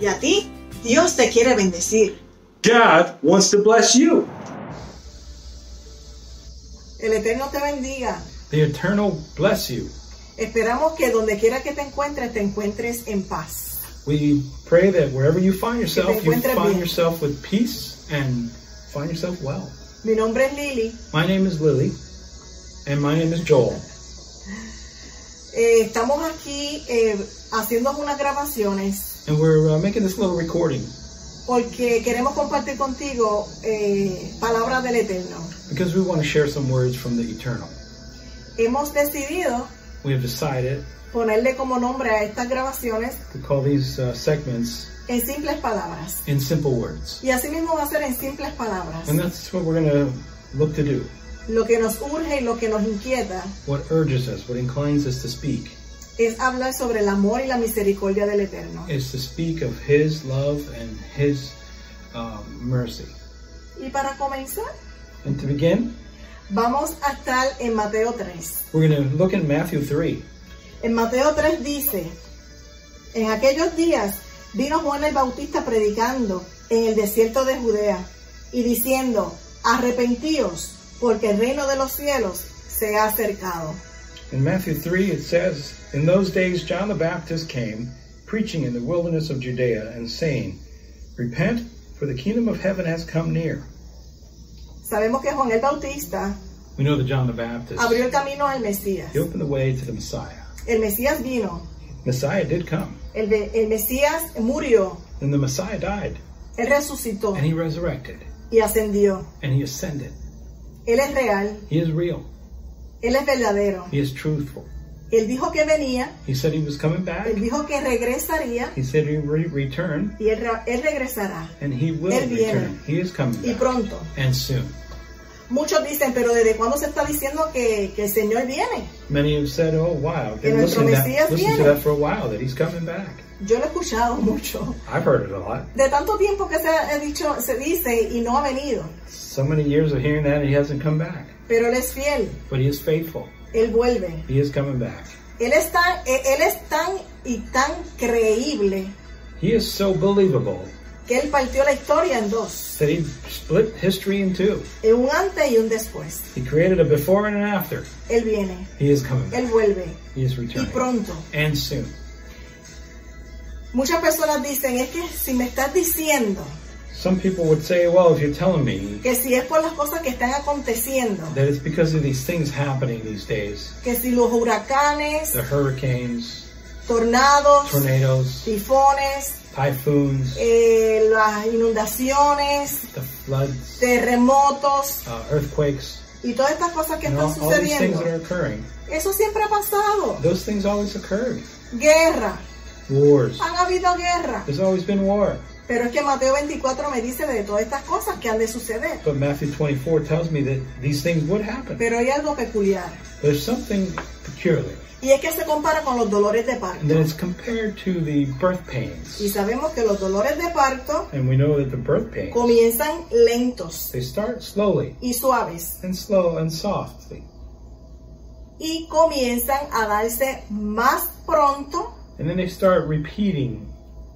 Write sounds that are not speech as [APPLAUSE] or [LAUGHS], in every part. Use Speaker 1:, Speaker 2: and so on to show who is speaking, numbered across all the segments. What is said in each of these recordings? Speaker 1: Y a ti, Dios te quiere bendecir.
Speaker 2: God wants to bless you.
Speaker 1: El Eterno te bendiga.
Speaker 3: The Eternal bless you.
Speaker 1: Esperamos que donde quiera que te encuentres, te encuentres en paz.
Speaker 3: We pray that wherever you find yourself, you
Speaker 1: encuentres
Speaker 3: find
Speaker 1: bien.
Speaker 3: yourself with peace and find yourself well.
Speaker 1: Mi nombre es Lili.
Speaker 3: My name is Lily, and my name is Joel.
Speaker 1: Eh, estamos aquí eh, haciendo unas grabaciones
Speaker 3: And we're uh, making this little recording
Speaker 1: porque queremos compartir contigo eh, palabras del Eterno.
Speaker 3: because we want to share some words from the Eternal.
Speaker 1: Hemos decidido
Speaker 3: We have decided
Speaker 1: ponerle como nombre a estas grabaciones
Speaker 3: to call these uh, segments
Speaker 1: en simples palabras.
Speaker 3: in simple words.
Speaker 1: Y así mismo va a ser en simples palabras.
Speaker 3: And that's what we're going to look to do.
Speaker 1: Lo que nos urge y lo que nos inquieta
Speaker 3: What urges us, what inclines us to speak,
Speaker 1: es hablar sobre el amor y la misericordia del Eterno.
Speaker 3: is to speak of His love and His um, mercy.
Speaker 1: Y para comenzar,
Speaker 3: And to begin,
Speaker 1: vamos a estar en Mateo 3.
Speaker 3: we're going to look in Matthew 3.
Speaker 1: En Mateo 3 dice, en aquellos días vino Juan el Bautista predicando en el desierto de Judea y diciendo, arrepentíos porque el reino de los cielos se ha acercado.
Speaker 3: In Matthew 3, it says, In those days John the Baptist came, preaching in the wilderness of Judea, and saying, Repent, for the kingdom of heaven has come near.
Speaker 1: Sabemos que Juan el Bautista
Speaker 3: We know that John the Baptist,
Speaker 1: abrió el camino al Mesías.
Speaker 3: he opened the way to the Messiah.
Speaker 1: El Mesías vino,
Speaker 3: Messiah did come.
Speaker 1: el, ve- el Mesías murió,
Speaker 3: And the Messiah died,
Speaker 1: él resucitó
Speaker 3: and he resurrected,
Speaker 1: y ascendió.
Speaker 3: and he ascended.
Speaker 1: Él es real,
Speaker 3: He is real,
Speaker 1: él es verdadero.
Speaker 3: he is truthful.
Speaker 1: Él dijo que venía,
Speaker 3: He said he was coming back,
Speaker 1: él dijo que regresaría
Speaker 3: he said he would re- return,
Speaker 1: y él, re- él regresará.
Speaker 3: and he will
Speaker 1: Él viene.
Speaker 3: return. He is coming
Speaker 1: Y
Speaker 3: back,
Speaker 1: pronto.
Speaker 3: and soon.
Speaker 1: Muchos dicen, pero ¿desde cuándo se está diciendo que, que el Señor viene?
Speaker 3: Many have said, oh, wow,
Speaker 1: Que nuestro
Speaker 3: listen, to
Speaker 1: Mesías
Speaker 3: that, listen to
Speaker 1: viene.
Speaker 3: that for a while, that he's coming back.
Speaker 1: Yo lo he escuchado [LAUGHS] mucho.
Speaker 3: I've heard it a lot.
Speaker 1: De tanto tiempo que se, ha dicho, se dice y no ha venido.
Speaker 3: So many years of hearing that, and he hasn't come back.
Speaker 1: Pero Él es fiel.
Speaker 3: But he is faithful.
Speaker 1: Él vuelve.
Speaker 3: He is coming back.
Speaker 1: Él es tan, e- él es tan y tan creíble
Speaker 3: He is so believable
Speaker 1: que Él partió la historia en dos.
Speaker 3: that he split history in two.
Speaker 1: En un antes y un después.
Speaker 3: He created a before and an after.
Speaker 1: Él viene.
Speaker 3: He is coming
Speaker 1: Él
Speaker 3: back.
Speaker 1: vuelve.
Speaker 3: He is
Speaker 1: Y
Speaker 3: returning.
Speaker 1: pronto.
Speaker 3: And soon.
Speaker 1: Muchas personas dicen, es que si me estás diciendo
Speaker 3: Some people would say, well, if you're telling me
Speaker 1: que si es por las cosas que están aconteciendo,
Speaker 3: that it's because of these things happening these days,
Speaker 1: que si los huracanes,
Speaker 3: the hurricanes,
Speaker 1: tornados,
Speaker 3: tornadoes,
Speaker 1: tifones,
Speaker 3: typhoons,
Speaker 1: eh, las inundaciones,
Speaker 3: the floods,
Speaker 1: terremotos
Speaker 3: uh, earthquakes,
Speaker 1: y todas estas cosas que
Speaker 3: you
Speaker 1: están
Speaker 3: know, all these things that are
Speaker 1: sucediendo.
Speaker 3: occurring,
Speaker 1: Eso siempre ha pasado.
Speaker 3: those things always occurred.
Speaker 1: Guerra,
Speaker 3: Wars.
Speaker 1: han habido guerra.
Speaker 3: There's always been war.
Speaker 1: Pero es que Mateo 24 me dice de todas estas cosas que han de suceder.
Speaker 3: But Matthew 24 tells me that these things would happen.
Speaker 1: Pero hay algo peculiar.
Speaker 3: There's something peculiar.
Speaker 1: Y es que se compara con los dolores de
Speaker 3: And then
Speaker 1: parto.
Speaker 3: it's compared to the birth
Speaker 1: Y
Speaker 3: pains.
Speaker 1: sabemos que los dolores de parto
Speaker 3: And we know that the birth pains,
Speaker 1: comienzan lentos
Speaker 3: they start slowly
Speaker 1: y suaves.
Speaker 3: and slow and softly.
Speaker 1: Y comienzan a darse más pronto
Speaker 3: And then they start repeating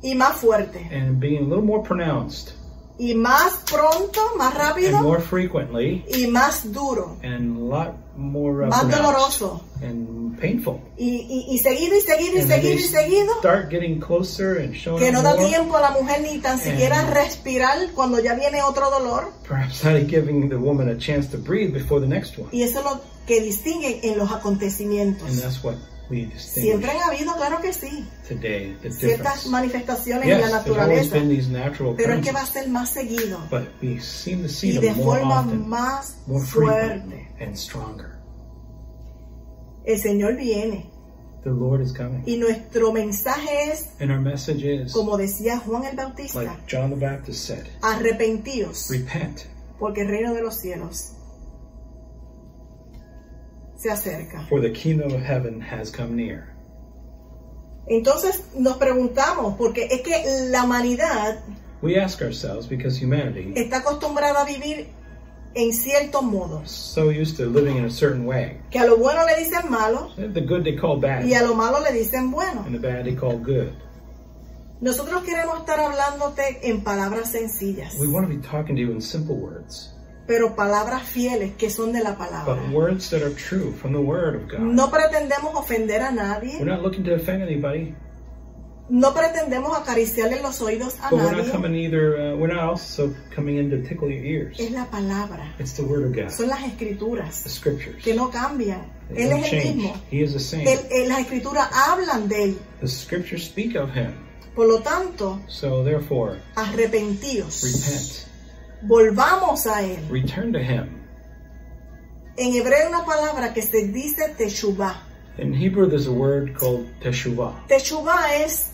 Speaker 1: y más fuerte.
Speaker 3: and being a little more pronounced
Speaker 1: y más pronto, más
Speaker 3: and
Speaker 1: rápido
Speaker 3: more frequently
Speaker 1: y más duro,
Speaker 3: and a lot more uh,
Speaker 1: más
Speaker 3: pronounced
Speaker 1: doloroso.
Speaker 3: and painful.
Speaker 1: Y, y, y seguido y seguido y
Speaker 3: And then
Speaker 1: seguido
Speaker 3: they
Speaker 1: y seguido,
Speaker 3: start getting closer and showing
Speaker 1: que no da
Speaker 3: more.
Speaker 1: tiempo a la mujer ni tan siquiera respirar cuando ya viene otro dolor.
Speaker 3: Perhaps not giving the woman a chance to breathe before the next one.
Speaker 1: Y eso es lo que distingue en los acontecimientos.
Speaker 3: And that's what we distinguish
Speaker 1: Siempre han habido, claro que sí,
Speaker 3: today. The
Speaker 1: ciertas
Speaker 3: difference.
Speaker 1: manifestaciones en
Speaker 3: Yes,
Speaker 1: la
Speaker 3: there's always
Speaker 1: naturaleza,
Speaker 3: been these natural
Speaker 1: pero es que va
Speaker 3: occurrences,
Speaker 1: a ser más seguido
Speaker 3: but we seem to see
Speaker 1: y de
Speaker 3: them more
Speaker 1: forma
Speaker 3: often,
Speaker 1: más
Speaker 3: more frequently,
Speaker 1: fuerte.
Speaker 3: and stronger.
Speaker 1: El Señor viene
Speaker 3: The Lord is coming,
Speaker 1: y nuestro mensaje es,
Speaker 3: and our message is
Speaker 1: como decía Juan el Bautista,
Speaker 3: like John the Baptist said:
Speaker 1: arrepentíos,
Speaker 3: Repent,
Speaker 1: porque el reino de los cielos se acerca.
Speaker 3: for the kingdom of heaven has come near.
Speaker 1: Entonces nos preguntamos, porque es que la humanidad
Speaker 3: We ask ourselves because humanity
Speaker 1: está acostumbrada a vivir en ciertos modos,
Speaker 3: is so used to living in a certain way.
Speaker 1: que a lo bueno le dicen malo
Speaker 3: The good they call bad,
Speaker 1: y a lo malo le dicen bueno.
Speaker 3: and the bad they call good.
Speaker 1: Nosotros queremos estar hablándote en palabras sencillas,
Speaker 3: We want to be talking to you in simple words,
Speaker 1: pero palabras fieles que son de la palabra.
Speaker 3: but words that are true from the Word of God.
Speaker 1: Ah. No pretendemos ofender a
Speaker 3: We're
Speaker 1: nadie,
Speaker 3: not looking to offend anybody,
Speaker 1: no pretendemos acariciarle los oídos a
Speaker 3: but we're not
Speaker 1: nadie.
Speaker 3: coming either. Uh, we're not also coming in to tickle your ears.
Speaker 1: Es la palabra,
Speaker 3: It's the Word of God,
Speaker 1: son las
Speaker 3: the
Speaker 1: escrituras
Speaker 3: Scriptures.
Speaker 1: que no cambian.
Speaker 3: They
Speaker 1: Él
Speaker 3: don't
Speaker 1: es el
Speaker 3: change.
Speaker 1: mismo.
Speaker 3: He is the same.
Speaker 1: Él- él- las escrituras hablan de él.
Speaker 3: The Scriptures speak of Him.
Speaker 1: Por lo tanto,
Speaker 3: So therefore,
Speaker 1: arrepentíos.
Speaker 3: repent,
Speaker 1: Volvamos a él.
Speaker 3: return to Him.
Speaker 1: En hebreo hay una palabra que se dice techubá.
Speaker 3: In Hebrew, there's a word called teshuvah.
Speaker 1: Techubá es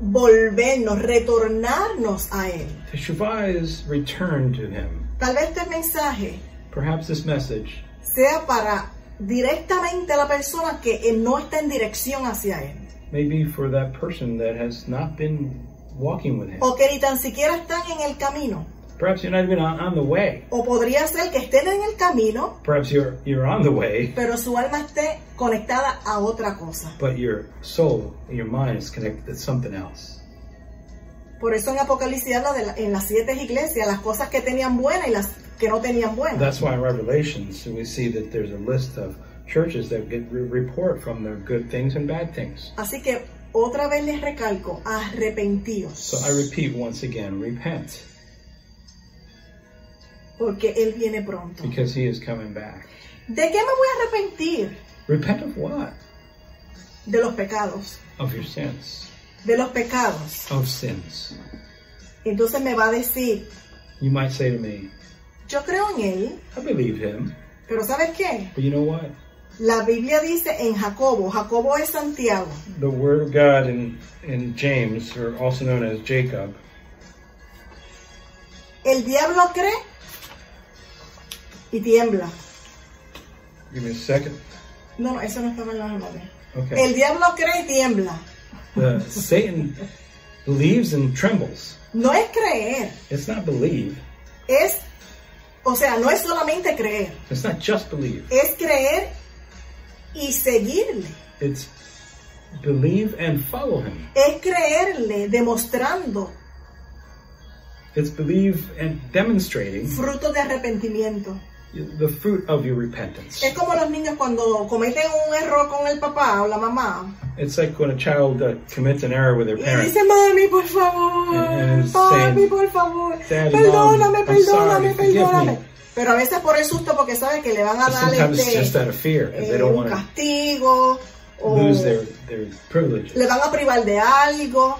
Speaker 1: volvernos, retornarnos a él.
Speaker 3: Teshuvah is return to Him.
Speaker 1: Tal vez este mensaje
Speaker 3: Perhaps this message
Speaker 1: sea para directamente a la persona que eh, no está en dirección hacia él.
Speaker 3: may be for that person that has not been walking with Him.
Speaker 1: O que ni tan siquiera están en el camino.
Speaker 3: Perhaps you're not even on, on the way.
Speaker 1: O podría ser que estén en el camino,
Speaker 3: Perhaps you're you're on the way,
Speaker 1: pero su alma esté conectada a otra cosa.
Speaker 3: but your soul, and your mind is connected to something else.
Speaker 1: Por eso en Apocalipsis habla de la- en las siete iglesias las cosas que tenían buenas y las que no tenían buenas.
Speaker 3: That's why in Revelations we see that there's a list of churches that get re- report from their good things and bad things.
Speaker 1: Así que otra vez les recalco,
Speaker 3: So I
Speaker 1: arrepentíos,
Speaker 3: repeat once again, repent,
Speaker 1: porque Él viene pronto.
Speaker 3: because He is coming back.
Speaker 1: ¿De qué me voy a arrepentir?
Speaker 3: Repent of what?
Speaker 1: De los pecados,
Speaker 3: Of your sins,
Speaker 1: de los pecados.
Speaker 3: of sins.
Speaker 1: Entonces me va a decir,
Speaker 3: You might say to me,
Speaker 1: yo creo en Él,
Speaker 3: I believe him,
Speaker 1: pero ¿sabes qué?
Speaker 3: but you know what?
Speaker 1: La Biblia dice en Jacobo, Jacobo es Santiago,
Speaker 3: The word of God in, in James, or also known as Jacob,
Speaker 1: el diablo cree y tiembla.
Speaker 3: give me a second.
Speaker 1: No, no, eso no estaba en la memoria. El
Speaker 3: Okay.
Speaker 1: diablo cree y tiembla.
Speaker 3: The Satan believes and trembles.
Speaker 1: No es creer,
Speaker 3: It's not believe.
Speaker 1: es, o sea, no es solamente creer,
Speaker 3: It's not just believe.
Speaker 1: es creer y seguirle,
Speaker 3: It's believe and follow him.
Speaker 1: es creerle demostrando
Speaker 3: It's believe and demonstrating
Speaker 1: frutos de arrepentimiento.
Speaker 3: the fruit of your repentance.
Speaker 1: Es como los niños cuando cometen un error con el papá o la mamá
Speaker 3: It's like when a child uh, commits an error with their
Speaker 1: y
Speaker 3: parent. Eh,
Speaker 1: dicen, mami, por favor,
Speaker 3: And- and
Speaker 1: papi,
Speaker 3: saying,
Speaker 1: por favor,
Speaker 3: Daddy,
Speaker 1: perdóname,
Speaker 3: Mom, I'm sorry,
Speaker 1: perdóname,
Speaker 3: forgive me."
Speaker 1: perdóname. Pero a veces por el susto porque saben que le van a dar
Speaker 3: Sometimes it's
Speaker 1: este,
Speaker 3: just out of fear because they
Speaker 1: eh,
Speaker 3: don't
Speaker 1: un
Speaker 3: want to
Speaker 1: castigo o
Speaker 3: lose their, their privileges.
Speaker 1: le van a privar de algo.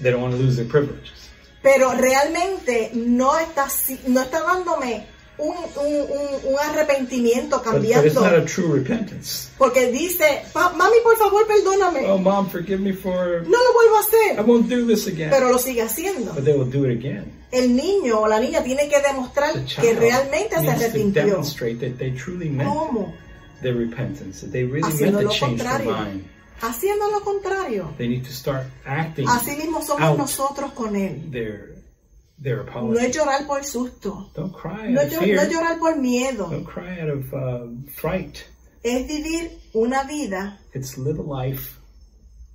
Speaker 3: They don't want to lose their privileges.
Speaker 1: pero realmente no está, si- no está dándome un, un- un- un arrepentimiento
Speaker 3: But, but it's not
Speaker 1: cambiando.
Speaker 3: a true repentance.
Speaker 1: Porque dice, "Pa- mami, por favor, perdóname,
Speaker 3: Oh, mom, forgive me for.
Speaker 1: no lo vuelvo a
Speaker 3: I
Speaker 1: hacer.
Speaker 3: won't do this again.
Speaker 1: Pero lo sigue haciendo.
Speaker 3: But they will do it again.
Speaker 1: El niño o la niña tiene que
Speaker 3: The
Speaker 1: demostrar que
Speaker 3: child
Speaker 1: realmente se
Speaker 3: needs to
Speaker 1: arrepintió.
Speaker 3: demonstrate that they truly meant
Speaker 1: ¿Cómo?
Speaker 3: their repentance, that they really meant
Speaker 1: Haciendo
Speaker 3: to
Speaker 1: lo
Speaker 3: change their
Speaker 1: contrario.
Speaker 3: mind.
Speaker 1: Haciendo lo contrario.
Speaker 3: They need to start acting
Speaker 1: Así mismo somos
Speaker 3: Out.
Speaker 1: nosotros con él.
Speaker 3: their their
Speaker 1: No
Speaker 3: apology.
Speaker 1: es llorar por susto.
Speaker 3: Don't cry out
Speaker 1: No es
Speaker 3: of
Speaker 1: llo-
Speaker 3: fear.
Speaker 1: no es llorar por miedo.
Speaker 3: Don't cry out of uh, fright.
Speaker 1: Es vivir una vida
Speaker 3: It's live a life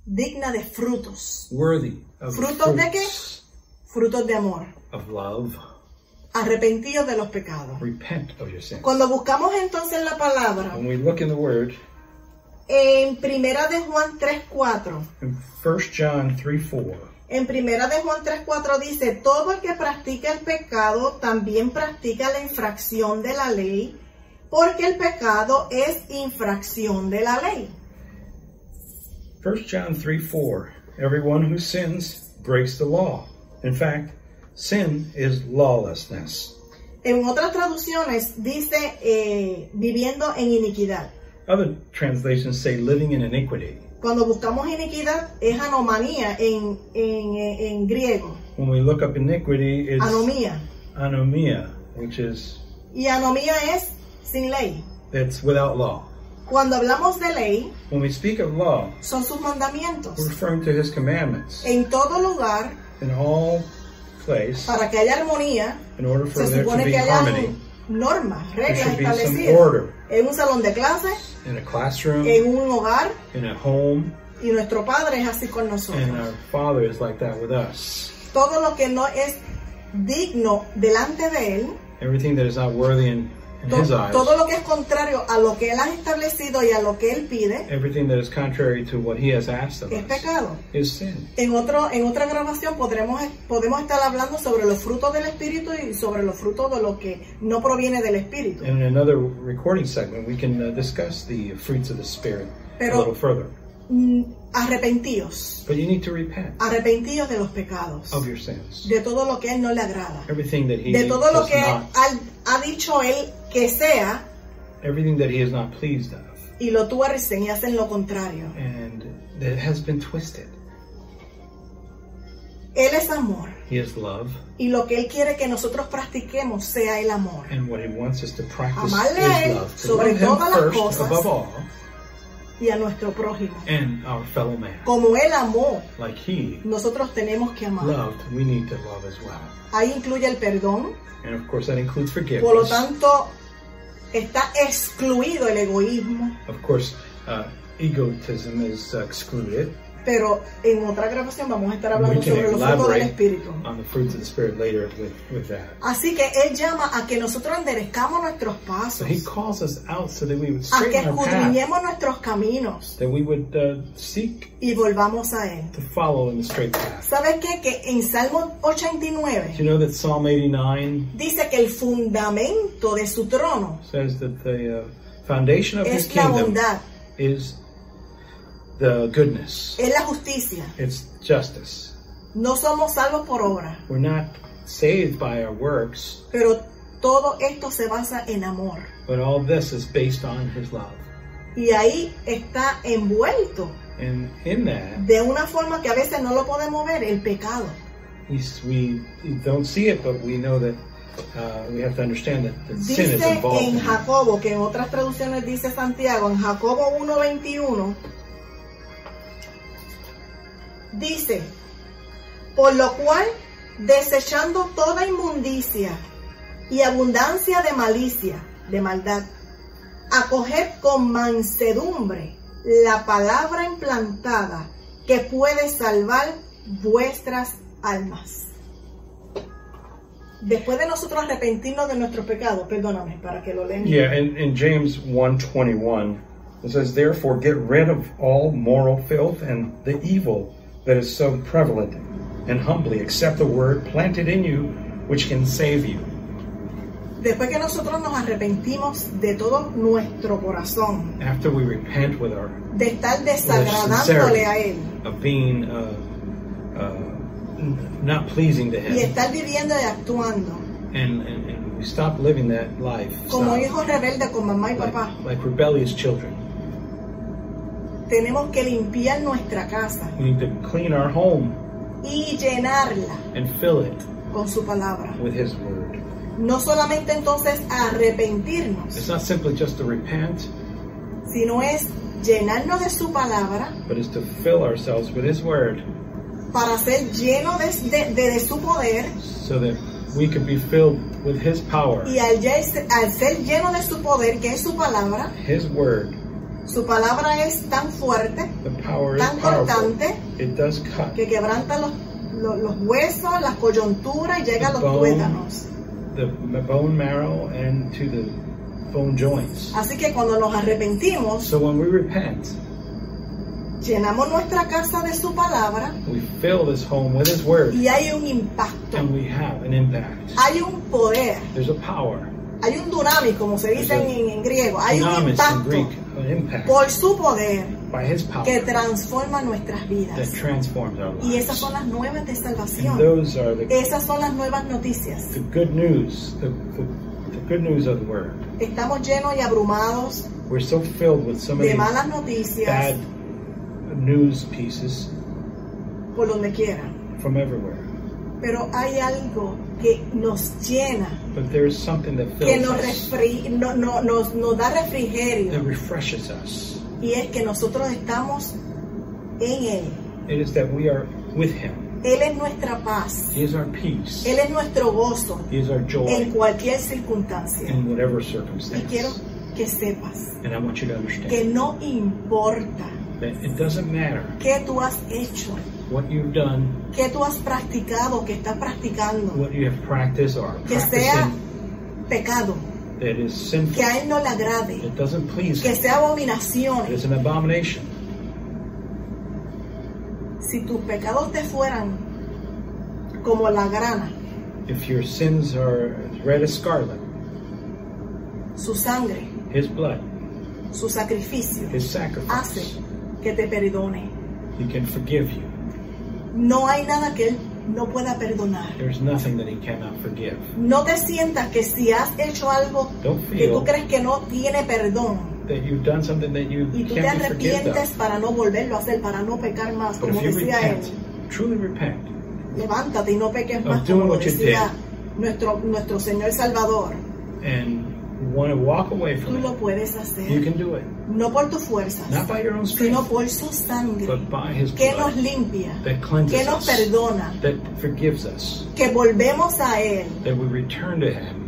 Speaker 1: digna de frutos.
Speaker 3: worthy of the
Speaker 1: Frutos de qué?
Speaker 3: fruits
Speaker 1: Frutos de amor.
Speaker 3: of love.
Speaker 1: arrepentidos de los pecados.
Speaker 3: Repent of your sins.
Speaker 1: Cuando buscamos entonces la palabra,
Speaker 3: When we look in the Word,
Speaker 1: en Primera de Juan 3.4,
Speaker 3: in 1 John 3 4,
Speaker 1: en Primera de Juan 3.4 dice, todo el que practica el pecado también practica la infracción de la ley, porque el pecado es infracción de la ley.
Speaker 3: 1 John 3 4. Everyone who sins breaks the law. In fact, sin is lawlessness.
Speaker 1: En otras traducciones dice, eh, viviendo en iniquidad.
Speaker 3: Other translations say living in iniquity.
Speaker 1: Cuando buscamos iniquidad es anomanía en, en- en griego,
Speaker 3: When we look up iniquity, it's
Speaker 1: anomía.
Speaker 3: anomia, which is
Speaker 1: Y anomía es sin ley.
Speaker 3: that's without law.
Speaker 1: Cuando hablamos de ley,
Speaker 3: When we speak of law,
Speaker 1: son sus
Speaker 3: we're
Speaker 1: mandamientos.
Speaker 3: referring to His commandments
Speaker 1: En todo lugar,
Speaker 3: in all place.
Speaker 1: para que haya armonía,
Speaker 3: In order for
Speaker 1: Ah. se
Speaker 3: there to
Speaker 1: supone
Speaker 3: be
Speaker 1: que haya
Speaker 3: harmony,
Speaker 1: normas,
Speaker 3: there
Speaker 1: reglas
Speaker 3: should be some
Speaker 1: establecidas.
Speaker 3: order
Speaker 1: En un salón de clase,
Speaker 3: in a classroom,
Speaker 1: en un hogar,
Speaker 3: in a home,
Speaker 1: Y nuestro Padre es así con
Speaker 3: And uh,
Speaker 1: nosotros.
Speaker 3: our Father is like that with us.
Speaker 1: Todo lo que no es digno delante de Él,
Speaker 3: Everything that is not worthy in, in
Speaker 1: to-
Speaker 3: His eyes,
Speaker 1: todo lo que es contrario a lo que Él ha establecido y a lo que Él pide,
Speaker 3: everything that is contrary to what He has asked of
Speaker 1: es
Speaker 3: us,
Speaker 1: pecado.
Speaker 3: is sin.
Speaker 1: En, otro, en otra grabación podremos, podemos estar hablando sobre los frutos del Espíritu y sobre los frutos de lo que no proviene del Espíritu.
Speaker 3: In another recording segment, we can uh, discuss the fruits of the Spirit a
Speaker 1: Pero-
Speaker 3: little further.
Speaker 1: Mm, Arrepentidos,
Speaker 3: But you need to repent
Speaker 1: arrepentidos de los pecados,
Speaker 3: of your sins.
Speaker 1: Ah, de todo lo que a Él no le agrada,
Speaker 3: Everything that He
Speaker 1: de todo lo
Speaker 3: does
Speaker 1: que
Speaker 3: not,
Speaker 1: ha, ha dicho Él que sea
Speaker 3: everything that He is not pleased of,
Speaker 1: y lo tuercen y hacen lo contrario.
Speaker 3: and that has been twisted.
Speaker 1: Él es amor
Speaker 3: He is love,
Speaker 1: y lo que Él quiere que nosotros practiquemos sea el amor.
Speaker 3: and what He wants us to practice
Speaker 1: Amarle a
Speaker 3: is
Speaker 1: él
Speaker 3: love. To
Speaker 1: sobre
Speaker 3: love Him
Speaker 1: todas las
Speaker 3: first,
Speaker 1: cosas.
Speaker 3: above all,
Speaker 1: y a nuestro prójimo.
Speaker 3: and our fellow man.
Speaker 1: Como Él amó,
Speaker 3: Like He
Speaker 1: nosotros tenemos que amar.
Speaker 3: loved, we need to love as well.
Speaker 1: Ahí incluye el perdón,
Speaker 3: And of course, that includes
Speaker 1: por lo
Speaker 3: forgiveness.
Speaker 1: tanto, está excluido el egoísmo.
Speaker 3: Of course, uh, egotism is uh, excluded.
Speaker 1: Pero en otra grabación vamos a estar
Speaker 3: We
Speaker 1: hablando
Speaker 3: can
Speaker 1: sobre los frutos del
Speaker 3: elaborate Ah.
Speaker 1: Espíritu.
Speaker 3: on the fruits of the Spirit later with, with that.
Speaker 1: Así que Él llama a que nosotros enderezcamos nuestros
Speaker 3: So
Speaker 1: pasos,
Speaker 3: He calls us out so that we would
Speaker 1: a que
Speaker 3: straighten our path,
Speaker 1: escudriñemos nuestros caminos
Speaker 3: that we would uh, seek
Speaker 1: y volvamos a Él.
Speaker 3: to follow in the straight path.
Speaker 1: ¿Sabes qué? Que en Salmo
Speaker 3: Do
Speaker 1: 89
Speaker 3: You know that Psalm 89
Speaker 1: dice que el fundamento de su trono
Speaker 3: says that the uh, foundation of His
Speaker 1: es la
Speaker 3: kingdom
Speaker 1: bondad,
Speaker 3: is the goodness,
Speaker 1: es la justicia.
Speaker 3: it's justice.
Speaker 1: No somos salvos por obra,
Speaker 3: We're not saved by our works,
Speaker 1: pero todo esto se basa en amor.
Speaker 3: but all this is based on His love.
Speaker 1: Y ahí está envuelto
Speaker 3: And in that,
Speaker 1: de una forma que a veces no lo podemos ver, el pecado.
Speaker 3: we, we don't see it, but we know that uh, we have to understand that, that sin is
Speaker 1: Dice
Speaker 3: involved.
Speaker 1: en
Speaker 3: in it.
Speaker 1: Jacobo, que en otras traducciones dice Santiago, en Jacobo 1.21, dice, por lo cual, desechando toda inmundicia y abundancia de malicia, de maldad, acoged con mansedumbre la palabra implantada que puede salvar vuestras almas. Después de nosotros arrepentirnos de nuestros pecados, perdóname para que lo lean.
Speaker 3: Yeah, in, in James 1.21, it says, Therefore get rid of all moral filth and the evil that is so prevalent, and humbly accept the word planted in you, which can save you.
Speaker 1: Después que nosotros nos arrepentimos de todo nuestro corazón,
Speaker 3: After we repent with our
Speaker 1: de estar desagradándole a Él
Speaker 3: of being uh, uh, n- not pleasing to
Speaker 1: y
Speaker 3: Him,
Speaker 1: estar viviendo y actuando
Speaker 3: and, and, and we stop living that life
Speaker 1: como
Speaker 3: stop,
Speaker 1: hijos rebeldes con mamá y papá,
Speaker 3: like, like rebellious children.
Speaker 1: tenemos que limpiar nuestra casa
Speaker 3: We need to clean our home
Speaker 1: y llenarla
Speaker 3: and fill it
Speaker 1: con su palabra.
Speaker 3: with His Word.
Speaker 1: No solamente entonces
Speaker 3: It's
Speaker 1: arrepentirnos,
Speaker 3: not simply just to repent,
Speaker 1: sino es llenarnos de su palabra
Speaker 3: but it's to fill ourselves with His Word
Speaker 1: para ser llenos de, de- de- de su poder
Speaker 3: so that we could be filled with His power.
Speaker 1: y al, ya- al ser lleno de su poder, que es su palabra,
Speaker 3: His Word,
Speaker 1: su palabra es tan fuerte,
Speaker 3: the power is
Speaker 1: tan
Speaker 3: powerful.
Speaker 1: cortante,
Speaker 3: It does cut
Speaker 1: que quebranta los, los- los huesos, las coyunturas y llega a los
Speaker 3: Bone.
Speaker 1: tuétanos.
Speaker 3: the bone marrow and to the bone joints.
Speaker 1: Así que cuando nos arrepentimos,
Speaker 3: So when we repent,
Speaker 1: llenamos nuestra casa de su palabra
Speaker 3: we fill this home with His Word,
Speaker 1: y hay un impacto,
Speaker 3: and we have an impact.
Speaker 1: hay un poder,
Speaker 3: There's a power.
Speaker 1: hay un dunamis, como se dice en, en- en griego, hay un
Speaker 3: Dynamis in
Speaker 1: impacto
Speaker 3: Greek, Ah. an impact
Speaker 1: por su poder
Speaker 3: by His power
Speaker 1: que transforma nuestras vidas.
Speaker 3: that transforms our
Speaker 1: Y esas son
Speaker 3: lives.
Speaker 1: las nuevas de
Speaker 3: And
Speaker 1: salvación.
Speaker 3: those are the,
Speaker 1: Esas son las nuevas noticias.
Speaker 3: the good news, the, the, the good news of the Word.
Speaker 1: Estamos llenos y abrumados
Speaker 3: We're so filled with so
Speaker 1: de
Speaker 3: many
Speaker 1: malas noticias
Speaker 3: bad news pieces
Speaker 1: por donde quiera.
Speaker 3: from everywhere.
Speaker 1: Pero hay algo que nos llena,
Speaker 3: But there is something that
Speaker 1: que
Speaker 3: fills
Speaker 1: nos,
Speaker 3: us,
Speaker 1: refri- no- no- nos, nos da
Speaker 3: that
Speaker 1: refrigerio,
Speaker 3: refreshes us.
Speaker 1: y es que nosotros estamos en Él.
Speaker 3: It is that we are with Him.
Speaker 1: Él es nuestra paz,
Speaker 3: He is our peace.
Speaker 1: Él es nuestro gozo
Speaker 3: He is our joy
Speaker 1: en cualquier circunstancia.
Speaker 3: in whatever
Speaker 1: Y quiero
Speaker 3: circumstance.
Speaker 1: que sepas
Speaker 3: And I want you to
Speaker 1: que
Speaker 3: understand
Speaker 1: no importa
Speaker 3: that it doesn't matter
Speaker 1: ¿Qué tú has hecho?
Speaker 3: what you've done,
Speaker 1: ¿Qué tú has practicado? ¿Qué estás practicando?
Speaker 3: what you have practiced or
Speaker 1: Que sea
Speaker 3: practicing
Speaker 1: pecado,
Speaker 3: that is sinful,
Speaker 1: que a Él no le agrade,
Speaker 3: that doesn't please
Speaker 1: que
Speaker 3: Him,
Speaker 1: sea
Speaker 3: that
Speaker 1: abominaciones.
Speaker 3: is an abomination.
Speaker 1: Si tus pecados te fueran como la grana,
Speaker 3: If your sins are as red as scarlet,
Speaker 1: su sangre,
Speaker 3: His blood,
Speaker 1: su sacrificio,
Speaker 3: His
Speaker 1: hace
Speaker 3: sacrifice,
Speaker 1: que te perdone.
Speaker 3: He can forgive you.
Speaker 1: No hay nada que Él no pueda perdonar.
Speaker 3: There's nothing that He cannot forgive.
Speaker 1: No te sientas que si has hecho algo
Speaker 3: Don't
Speaker 1: que tú
Speaker 3: feel
Speaker 1: crees que no tiene perdón
Speaker 3: that you've done something that you
Speaker 1: y tú te
Speaker 3: can't be forgiven
Speaker 1: arrepientes
Speaker 3: of.
Speaker 1: para no volverlo a hacer, para no pecar más,
Speaker 3: But
Speaker 1: como
Speaker 3: if you
Speaker 1: decía él,
Speaker 3: repent, truly repent,
Speaker 1: levántate y no peques
Speaker 3: Of
Speaker 1: más,
Speaker 3: doing
Speaker 1: como
Speaker 3: what you
Speaker 1: decía nuestro, nuestro Señor Salvador.
Speaker 3: and you want to walk away
Speaker 1: Tú
Speaker 3: from
Speaker 1: lo
Speaker 3: it,
Speaker 1: puedes
Speaker 3: you
Speaker 1: hacer,
Speaker 3: can do it.
Speaker 1: no por tus fuerzas,
Speaker 3: Not by your own
Speaker 1: sino
Speaker 3: strength,
Speaker 1: por su sangre
Speaker 3: but by His
Speaker 1: que nos
Speaker 3: blood
Speaker 1: limpia,
Speaker 3: that cleanses
Speaker 1: que nos
Speaker 3: us,
Speaker 1: perdona,
Speaker 3: that forgives us,
Speaker 1: que volvemos a Él,
Speaker 3: that we return to Him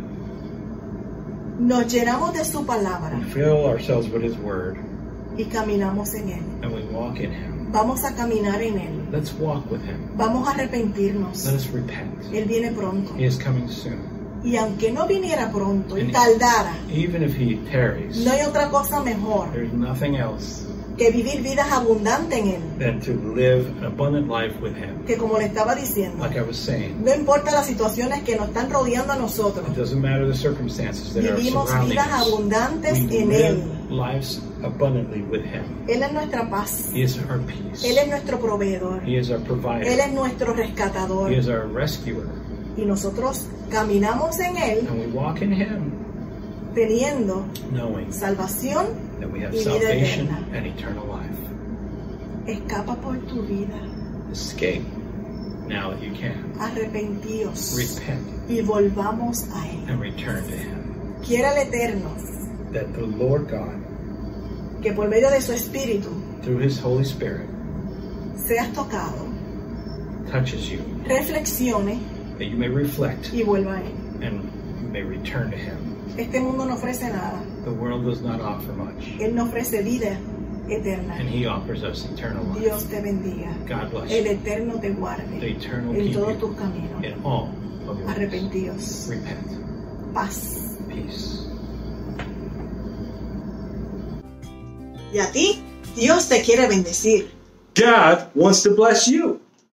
Speaker 1: nos llenamos de su palabra
Speaker 3: and fill ourselves with His Word,
Speaker 1: y caminamos en Él.
Speaker 3: and we walk in Him.
Speaker 1: Vamos a caminar en Él,
Speaker 3: Let's walk with Him.
Speaker 1: vamos a arrepentirnos.
Speaker 3: Let us repent.
Speaker 1: Él viene pronto.
Speaker 3: He is coming soon.
Speaker 1: Y aunque no viniera pronto y tardara,
Speaker 3: Even if He tarries,
Speaker 1: no hay otra cosa mejor
Speaker 3: there's nothing else
Speaker 1: que vivir vidas abundantes en Él.
Speaker 3: than to live an abundant life with Him.
Speaker 1: Que como le estaba diciendo,
Speaker 3: Like I was saying,
Speaker 1: no importa las situaciones que nos están rodeando a
Speaker 3: it
Speaker 1: nosotros,
Speaker 3: doesn't matter the circumstances that are
Speaker 1: vivimos
Speaker 3: surrounding
Speaker 1: vidas
Speaker 3: us.
Speaker 1: abundantes
Speaker 3: We
Speaker 1: en Él.
Speaker 3: live lives abundantly with Him.
Speaker 1: Él es nuestra paz,
Speaker 3: He is our peace.
Speaker 1: Él es nuestro proveedor,
Speaker 3: He is our
Speaker 1: Él
Speaker 3: provider.
Speaker 1: es nuestro rescatador.
Speaker 3: He is our rescuer.
Speaker 1: Y nosotros caminamos en Él
Speaker 3: And we walk in Him
Speaker 1: teniendo
Speaker 3: knowing
Speaker 1: salvación.
Speaker 3: that we have
Speaker 1: Y vida
Speaker 3: salvation
Speaker 1: eterna.
Speaker 3: and eternal life.
Speaker 1: Escapa por tu vida,
Speaker 3: Escape now that you can.
Speaker 1: arrepentíos
Speaker 3: Repent
Speaker 1: y volvamos a Él.
Speaker 3: and return to Him.
Speaker 1: Quiera el Eterno
Speaker 3: That the Lord God,
Speaker 1: que por medio de su Espíritu
Speaker 3: through His Holy Spirit,
Speaker 1: seas tocado,
Speaker 3: touches you,
Speaker 1: reflexione
Speaker 3: that you may reflect
Speaker 1: y vuelva a Él.
Speaker 3: and you may return to Him.
Speaker 1: Este mundo no ofrece nada,
Speaker 3: The world does not offer much,
Speaker 1: Él no ofrece vida
Speaker 3: and
Speaker 1: eterna.
Speaker 3: He offers us eternal life.
Speaker 1: Dios te bendiga,
Speaker 3: God bless
Speaker 1: el
Speaker 3: you.
Speaker 1: Eterno te
Speaker 3: The
Speaker 1: guarde
Speaker 3: eternal
Speaker 1: en
Speaker 3: keep
Speaker 1: todos
Speaker 3: you
Speaker 1: tus caminos.
Speaker 3: in all of your ways.
Speaker 1: Arrepentidos,
Speaker 3: Repent.
Speaker 1: paz.
Speaker 3: Peace.
Speaker 1: Y a ti, Dios te quiere bendecir.
Speaker 2: God wants to bless you.